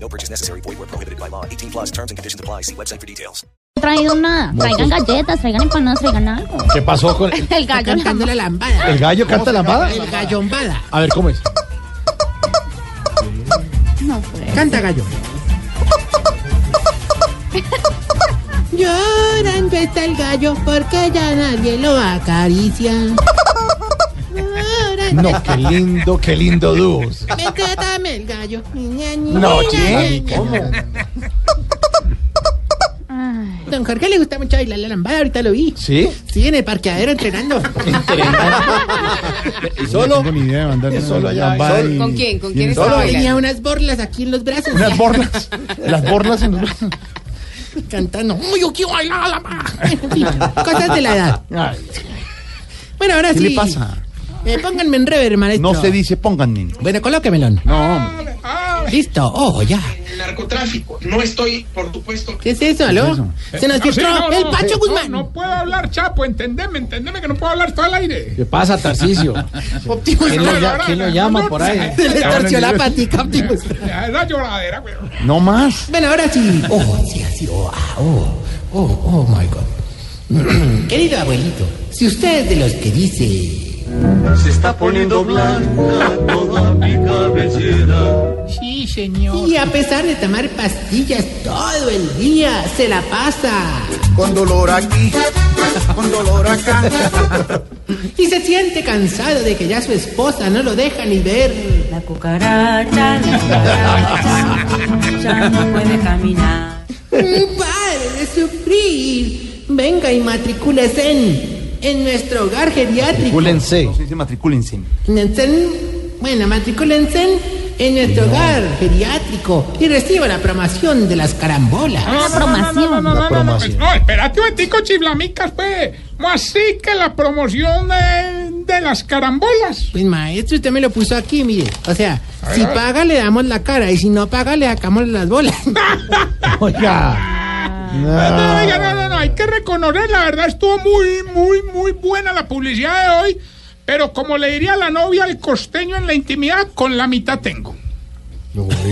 No purchase necessary. Void where prohibited by law. 18 plus terms and conditions apply. See website for details. Traigan nada, traigan galletas, traigan empanadas, traigan algo. ¿Qué pasó con el, El gallo cantando la lambada, el gallo canta lambada? el gallombada. A ver, ¿cómo es? no puede. Canta gallo. Llorando está el gallo porque ya nadie lo acaricia. Llorando. No, qué lindo, qué lindo dúo. Vente, dame el gallo. Ña, ña, No, ña, chica. ña, ña. Ay, Don Jorge le gusta mucho bailar la lambada, ahorita lo vi. ¿Sí? Sí, en el parqueadero entrenando. ¿Y solo? tengo ni idea de mandarme Solo una allá, lambada solo. y- ¿Con quién? ¿Con y quién en- estaba Tenía bailando? unas borlas aquí en los brazos. Las borlas. Las borlas en los brazos. Cantando. "Uy, yo quiero bailar la lambada. En fin, cosas de la edad. Ay, Bueno, ahora ¿Qué sí. le pasa? Eh, pónganme en rever, maestro. No se dice, pónganme. Bueno, colóquemelón. No, hombre. Listo. Ojo, ya. el narcotráfico. No estoy, por supuesto, ¿Qué es eso, aló? Se nos filtró el Pacho Guzmán. No, no puedo hablar, Chapo, entendeme, entendeme que no puedo hablar todo al aire. ¿Qué pasa, Tarcicio? Optimus ¿Quién lo, Prime. ya- quién lo llama por ahí? Se le torció la Ahora, patica, Optimus Prime. Ya es la lloradera, güey. No más. Bueno, ahora sí. Ojo, sí, así. Oh, ah, oh, oh, oh, my God. Querido abuelito, si usted es de los que dice. Se está poniendo blanca toda mi cabellera. Sí, señor. Y a pesar de tomar pastillas todo el día, se la pasa. Con dolor aquí, con dolor acá. Y se siente cansado de que ya su esposa no lo deja ni ver. La cucaracha, la cucaracha, ya no puede caminar. Padre Mm, de sufrir. Venga y matricúlese en, en nuestro hogar geriátrico. Cúlense. No se dice matricúlense. Matricúlense, Bueno, matricúlense en nuestro hogar geriátrico y reciba la promoción de las carambolas. La promoción. La promoción. No, espérate un momentico, chiflamicas, pues. No así que la promoción de, de las carambolas. Pues maestro, usted me lo puso aquí, mire. O sea, si paga le damos la cara y si no paga le sacamos las bolas. Oiga. No, oiga, no, no, no, hay que reconocer, la verdad estuvo muy, muy, muy buena la publicidad de hoy, pero como le diría la novia al costeño en la intimidad, con la mitad tengo.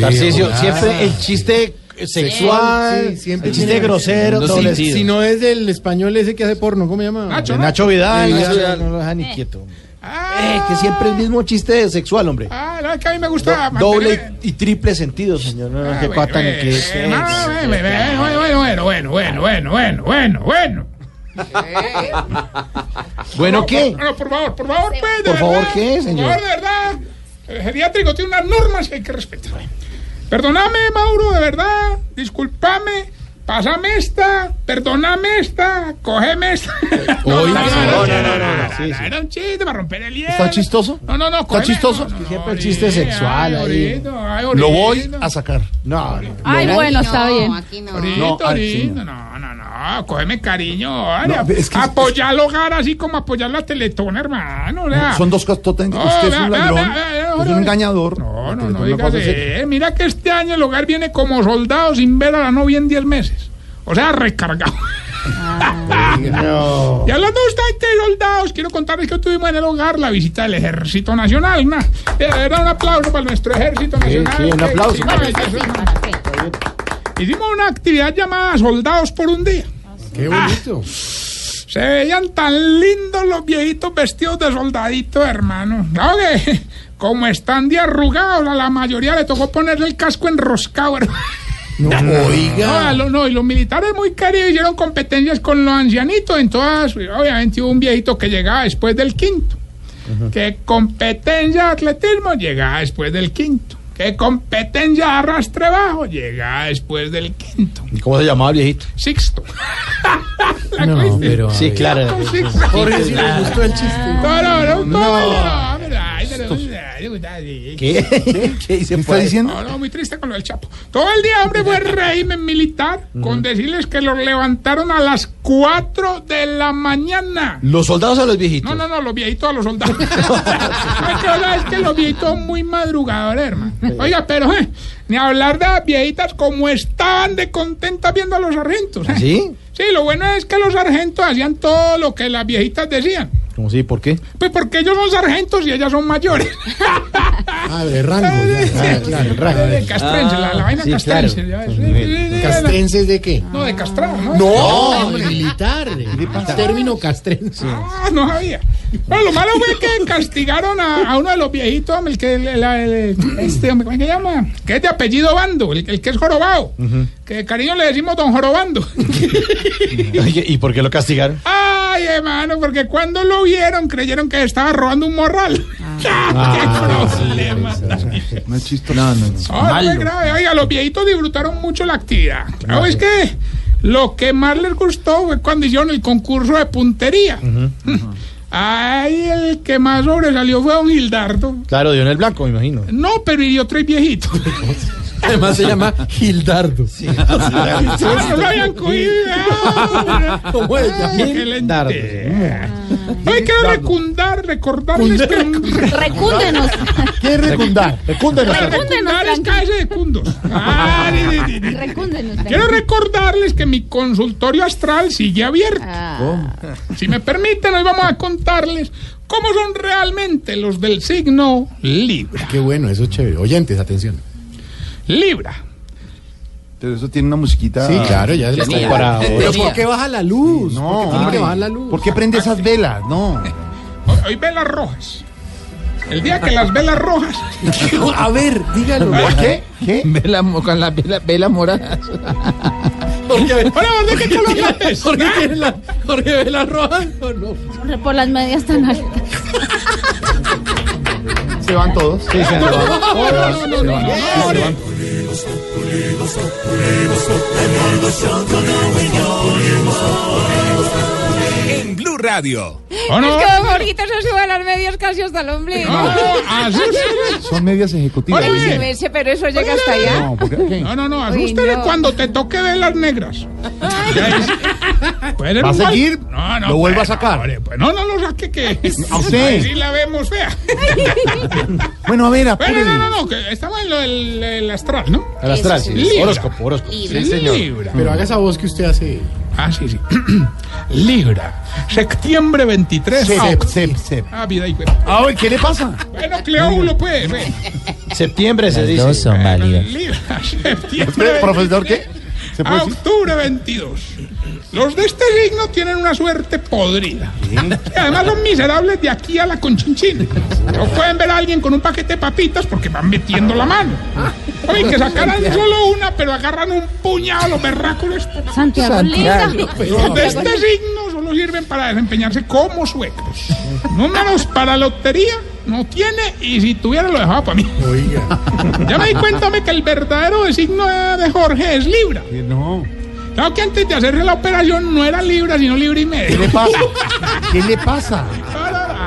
Tarcicio, siempre el chiste sexual, Sí, siempre el chiste tiene- grosero, doble Si no es del español ese que hace porno, ¿cómo se llama? Nacho, De ¿no? Nacho Vidal, De ya Nacho no lo deja ni quieto. hombre. Ah, Eh, que siempre el mismo chiste sexual, hombre. ah, no, es que a mí me Do- gusta mantener- doble y, y triple sentido, señor. No, no, Ah, qué bueno, pata ni bueno, Ah, qué bueno, sexo. bueno, bueno, bueno, bueno, bueno, bueno, bueno, bueno. Bueno, ¿qué? Bueno, por favor, por favor, pues, de Por favor, verdad, ¿qué, señor? Por favor, de verdad. El geriátrico tiene unas normas que hay que respetar. Perdóname, Mauro, de verdad. Discúlpame. Pásame esta. Perdóname esta. Cógeme esta. Oiga, no, no, no, no, no, sí, no, sí. Era un chiste para romper el hielo. ¿Está chistoso? No, no, no. ¿Está cógeme, chistoso? no, no, Siempre el no, chiste ahorita, sexual ahí. ahorita, ay, Lo voy ahorita. a sacar. No, no. Ay, bueno, está bien. Aquí no. No, Torito, al Torito, chino. no, no, no, cógeme cariño, vale, No, es que- apoyar al hogar así como apoyar la Teletón, hermano, o sea. Son dos cosas totalmente. Usted es Ah. vea, un vea, ladrón, vea, vea, es vea. un engañador. No, no, Entonces, no una digas, cosa es- eh, mira que este año el hogar viene como soldado sin ver a la novia en 10 meses, o sea, recargado. No. Y hablando de ustedes, de soldados, quiero contarles que tuvimos en el hogar la visita del Ejército Nacional. ¿no? Eh, Era un aplauso para nuestro Ejército Nacional. sí, un que aplauso. hicimos una- Hicimos una actividad llamada Soldados por un Día. Qué Ah. bonito. Se veían tan lindos los viejitos vestidos de soldadito, hermano. Claro que, como están de arrugados, a la mayoría le tocó ponerle el casco enroscado, hermano. No, a lo- no, y los militares muy queridos hicieron competencias con los ancianitos. Entonces, obviamente hubo un viejito que llegaba después del quinto. Que competencia de atletismo llegaba después del quinto. Que competencia de arrastre bajo llegaba después del quinto. ¿Y ¿Cómo se llamaba el viejito? Sixto. ¿La No, cogiste? pero. Sí, claro. Sixto. Jorge sí le gustó el chiste. No, no, no, no, No. no, no, pero, ay, pero, ay, ¿Qué? ¿Qué? ¿Qué está diciendo? No, no, muy triste con lo del Chapo. Todo el día, hombre, fue régimen militar con decirles que los levantaron a las 4 de la mañana. ¿Los soldados o los viejitos? No, no, no, los viejitos a los soldados. Ay, que verdad es que los viejitos son muy madrugadores, hermano. Oiga, pero eh, ni hablar de las viejitas como estaban de contentas viendo a los sargentos. eh. ¿Ah, ¿Sí? Sí, lo bueno es que los sargentos hacían todo lo que las viejitas decían. ¿Cómo sí? ¿Por qué? Pues porque ellos son sargentos y ellas son mayores. Ah, de rango. ya, ah, claro, el rango. de castrense, la, la vaina sí, castrense. claro. ya, sí, sí, sí, ¿Castrenses de qué? No, de castrado, ¿no? No, militar. El término castrense. Ah, no sabía. Bueno, lo malo fue que castigaron a, a uno de los viejitos, hombre, el que el- el- el- este, hombre, ¿cómo es que llama? Que es de apellido Bando, el, el que es jorobado. Que de cariño le decimos don Jorobando. Oye, ¿Y por qué lo castigaron? Ay, hermano, porque cuando lo vieron creyeron que estaba robando un morral. ¡Qué problema! Más chistoso. No, no, no. Ah, No, no fue grave. Oiga, los viejitos disfrutaron mucho la actividad. Claro, es que lo que más les gustó fue cuando hicieron el concurso de puntería. Ahí el que más sobresalió fue don Gildardo. Claro, dio en el blanco, me imagino. No, pero hirió tres viejitos. Además se llama Gildardo. Sí. Ah, no lo habían cogido. ¿Cómo es? Ah, qué Gildardo. Ah. Hay que recundar, recordarles que Recúndenos. ¿Qué es recundar? Recúndanos. Para recundar es caerse de cundos. Ah, di, di, di, di. Recúndenos. Quiero recordarles que mi consultorio astral sigue abierto. Si me permiten, hoy vamos a contarles cómo son realmente los del signo Libra. Qué bueno, eso es chévere. Oyentes, atención. Libra. Pero eso tiene una musiquita. Ah. Sí, claro, ya lo Como para- Pero ¿por qué baja la luz? No, ¿Por qué hombre. baja la luz? ¿Por qué prende esas velas? No. Hoy, hoy velas rojas. El día que las velas rojas. A ver, dígalo. ¿Por qué? Vela, mo- con la vela, vela morada. Hola, ¿dónde que color la ves? Ah, Jorge Vela Roja. No, no. Por las medias tan altas. Se van todos. no, no, no, no, no, no, no. En Blue Radio. Oh, no. Jorgito se sube a las medias casi hasta el ombligo. No, así es. Son medias ejecutivas. Oye, dicen. Pero eso llega hasta allá. No, ¿por qué? No, no, no, asústele no. cuando te toque velas negras. Ya es- puede ser ¿Va a un mal- seguir? No, no, ¿Lo vuelvo a pues, sacar? hombre, pues, no, no lo saque que. ¿A usted? Ahí sí la vemos fea. Bueno, a ver, Bueno, apúrenle. no, no, no, que estaba en lo del el astral, ¿no? Ah, A las tras, sí. Libra. Horóscopo, horóscopo. Libra. Pero haga esa voz que usted hace. Ah, sí, sí. Libra. Septiembre 23. Sep, Ah, sep, sep. Ah, vida y Ah, oye, ¿qué le pasa? Bueno, Cleóbulo, pues. ve. Septiembre se dice. Libra, septiembre. ¿Profesor qué? 23, ¿Se puede A decir? Ah, octubre 22. Los de este signo tienen una suerte podrida. Y además son miserables de aquí a la conchinchina. No pueden ver a alguien con un paquete de papitas porque van metiendo la mano. Oye, que sacaran solo una, pero agarran un puñado los berráculos. Ah, Santiago, lindo. Los de este signo solo sirven para desempeñarse como suecos. Números para lotería no tiene y si tuviera lo dejaba para mí. Oiga. Ya me di cuenta hombre, que el verdadero signo de Jorge es Libra. No. Claro que antes de hacerle la operación no era libra, sino libra y medio. ¿Qué le pasa? ¿Qué le pasa?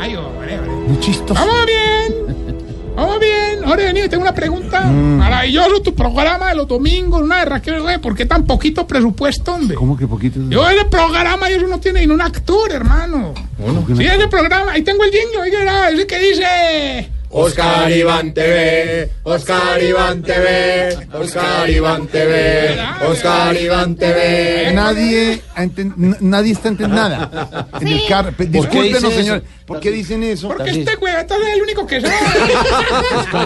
Ay, hombre, hombre. Muy chistoso. Vamos bien. Vamos bien. Ahora vení, tengo una pregunta. Mm. Maravilloso tu programa de los domingos, una de Raquel, güey, ¿por qué tan poquito presupuesto, hombre? ¿Cómo que poquito? Yo ese programa, ellos no tienen ni un actor, hermano. Bueno, ¿qué Sí, me- ese programa, ahí tengo el jingle, oiga, era ese que dice... Eh, Oscar Iván TV, Oscar Iván TV, Oscar Iván TV, Oscar Iván TV. eh, Nadie, ha enten- n- nadie está entendiendo nada. En el car- pe- ¿Por qué Discúlpenos, dice eso? señor. ¿Por qué dicen eso? Porque este güey, entonces es el único que sabe.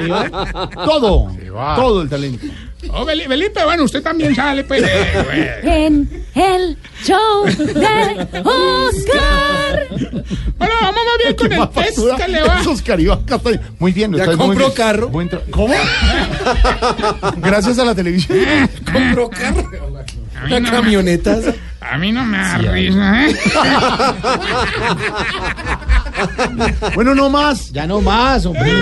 Todo. Todo el talento. oh, Felipe, Felipe, bueno, usted también sale, pues. eh, güey. En el show de Oscar. Bueno, vamos más bien con el test que le va. Es Oscar Iván Castaño. Muy bien, lo Ya estás muy compró bien. carro. Buen tra- ¿Cómo? Gracias a la televisión. Compró carro, A mí una no me- camioneta. A mí no me da risa, ¿eh? Bueno, no más. Ya no más, hombre.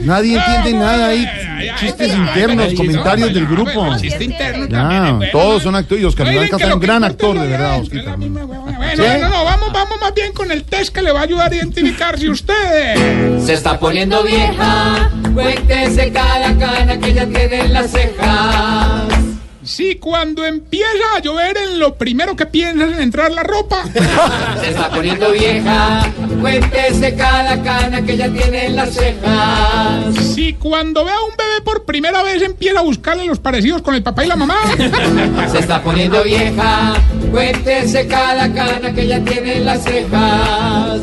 Nadie Ah, entiende nada ahí. Ay, ay, Chistes ay, internos, ay, comentarios ay, del ay, grupo. ay, Chiste interno Ya, también, eh, todos bueno. son actores. Y Oscar Oigan, Iván que Castaño, lo que gran importa actor, es de lo verdad, adentro, es la Oscar. misma, bueno, bueno, no, no, no, vamos, vamos más bien con el test que le va a ayudar a identificar si usted Se está poniendo vieja, cuéntese cada cana que ya tiene en las cejas. Si cuando empieza a llover en lo primero que piensa es en entrar la ropa. Se está poniendo vieja, cuéntese cada cana que ya tiene en las cejas. Si cuando ve a un bebé por primera vez empieza a buscarle los parecidos con el papá y la mamá. Se está poniendo vieja, cuéntese cada cana que ya tiene en las cejas.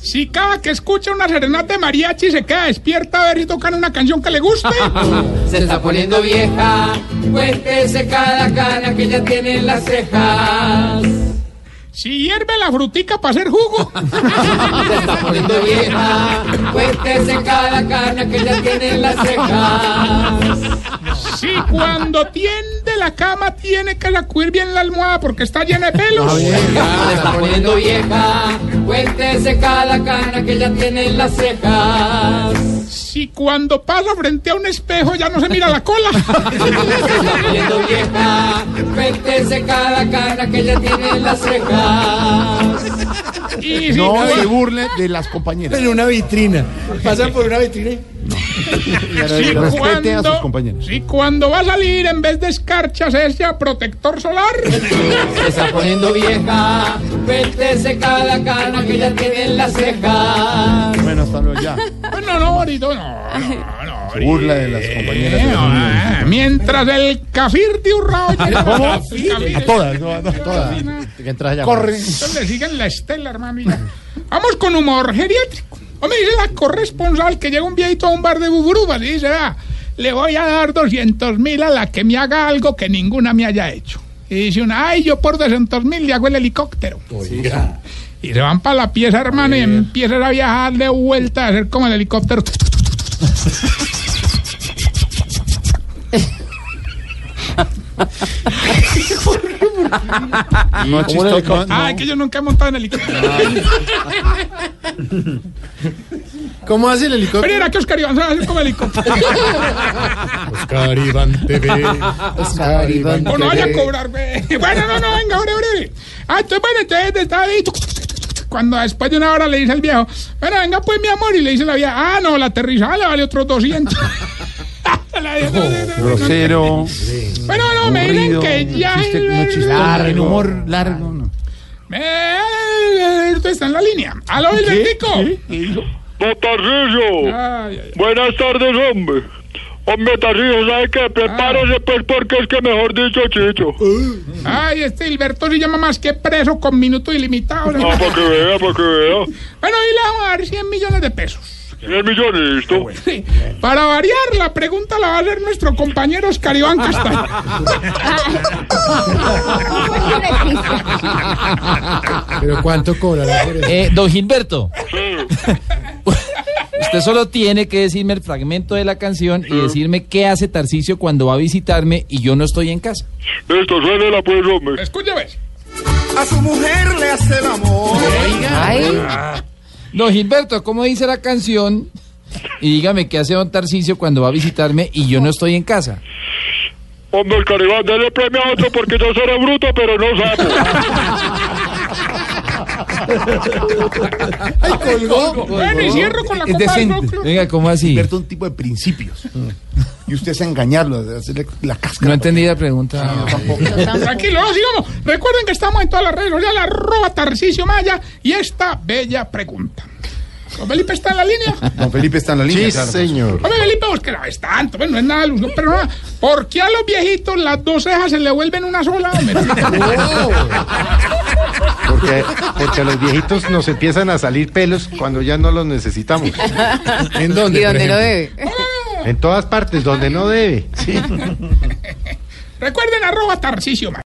Si cada que escucha una serenata de mariachi se queda despierta a ver si tocan una canción que le guste. Ah, Se está poniendo vieja, cuéntese cada cana que ya tiene en las cejas. Si hierve la frutica para hacer jugo. Ah, Se está poniendo vieja, cuéntese cada cana que ya tiene en las cejas. Si cuando tiende la cama tiene que sacudir bien la almohada porque está llena de Ah, pelos. Se está poniendo vieja, cuéntese cada cana que ya tiene en las cejas. Si cuando pasa frente a un espejo ya no se mira la cola. Se está poniendo vieja, cuéntese cada cana que ya tiene en las cejas. Y si, No se burle de las compañeras. En una vitrina. Pasan por una vitrina y... si Respete a sus cuando, compañeros. si cuando va a salir en vez de escarchas ese a protector solar. Se está poniendo vieja, cuéntese cada cana que ya tiene en las cejas. Bueno, hasta luego ya. Ah, No, no, ahorita no, no, no. Se burla de las compañeras. de Eh, los no, niños. ah, mientras el cafir de Urrao llega a A todas, no, no, a todas. Que entras allá. Corre. Entonces le siguen la estela, hermano. y ya. Vamos con humor geriátrico. Hombre, dice la corresponsal que llega un viejito a un bar de buburubas y dice, "Ah, le voy a dar 200 mil a la que me haga algo que ninguna me haya hecho. Y dice una, ay, yo por 200 mil le hago el helicóptero. Y se van para la pieza, hermano, y empiezan a viajar de vuelta, a hacer como el helicóptero. No es chistoso. Ay, que yo nunca he montado en helicóptero. ¿Cómo hace el Pero helicóptero? era que Oscar Iván se va a hacer como helicóptero. Oscar Iván TV. Oscar Iván O no vaya a TV. cobrar, ve. Bueno, no, no, venga, ore, ore. Ah, entonces, bueno, entonces está ahí. Cuando después de una hora le dice al viejo, bueno, venga pues mi amor, y le dice la vieja, ah, no, la aterrizada le vale otros 200. La vieja, Grosero. bueno, no, me dicen aburrido, que ya... chiste- no chistoso. Largo, humor largo. no. Eh, Usted está en la línea. Aló, Hilbertico. Tarrillo, Ay, ay, ay. buenas tardes, hombre. Hombre, Tarrillo, ¿sabe qué? Prepárese, pues, porque es que mejor dicho, Chicho. Ay, este Hilberto se llama más que preso con minuto ilimitado. Ah, para que vea, para que vea. Bueno, y le vamos a dar 100 millones de pesos. Bien millones, listo. Sí. Para variar, la pregunta la va a hacer nuestro compañero Oscar Iván Castaño. Pero ¿cuánto cobrará por eso? Eh, don Gilberto, Sí. usted solo tiene que decirme el fragmento de la canción y decirme qué hace Tarcicio cuando va a visitarme y yo no estoy en casa. Listo, suénela, pues, hombre. Escúchame. Don Gilberto, ¿cómo dice la canción? Y dígame qué hace don Tarcicio cuando va a visitarme y yo no estoy en casa. Hombre, Oscar Iván, dele premio a otro porque yo seré bruto, pero no sapo. ¡Ay, colgó! Bueno, y cierro con la Es copa del decente. núcleo. Venga, ¿cómo así? Gilberto, un tipo de principios. Y usted es engañarlo, de hacerle la No cáscara. entendí la pregunta. Tranquilo, sigamos. Recuerden que estamos en todas las redes sociales, arroba Tarcisio Maya y esta bella pregunta. ¿Don Felipe está en la línea? Don Felipe está en la línea. Sí, claro. pues. señor. Hombre, Felipe, vos que la ves tanto, bueno, no es nada de ilusión, pero nada. ¿Por qué a los viejitos las dos cejas se le vuelven una sola? hombre? Porque, porque a los viejitos nos empiezan a salir pelos cuando ya no los necesitamos. ¿En ¿Y dónde dónde? por lo ejemplo? debe? En todas partes, donde no debe. Sí. Recuerden, arroba Tarcisio Maya.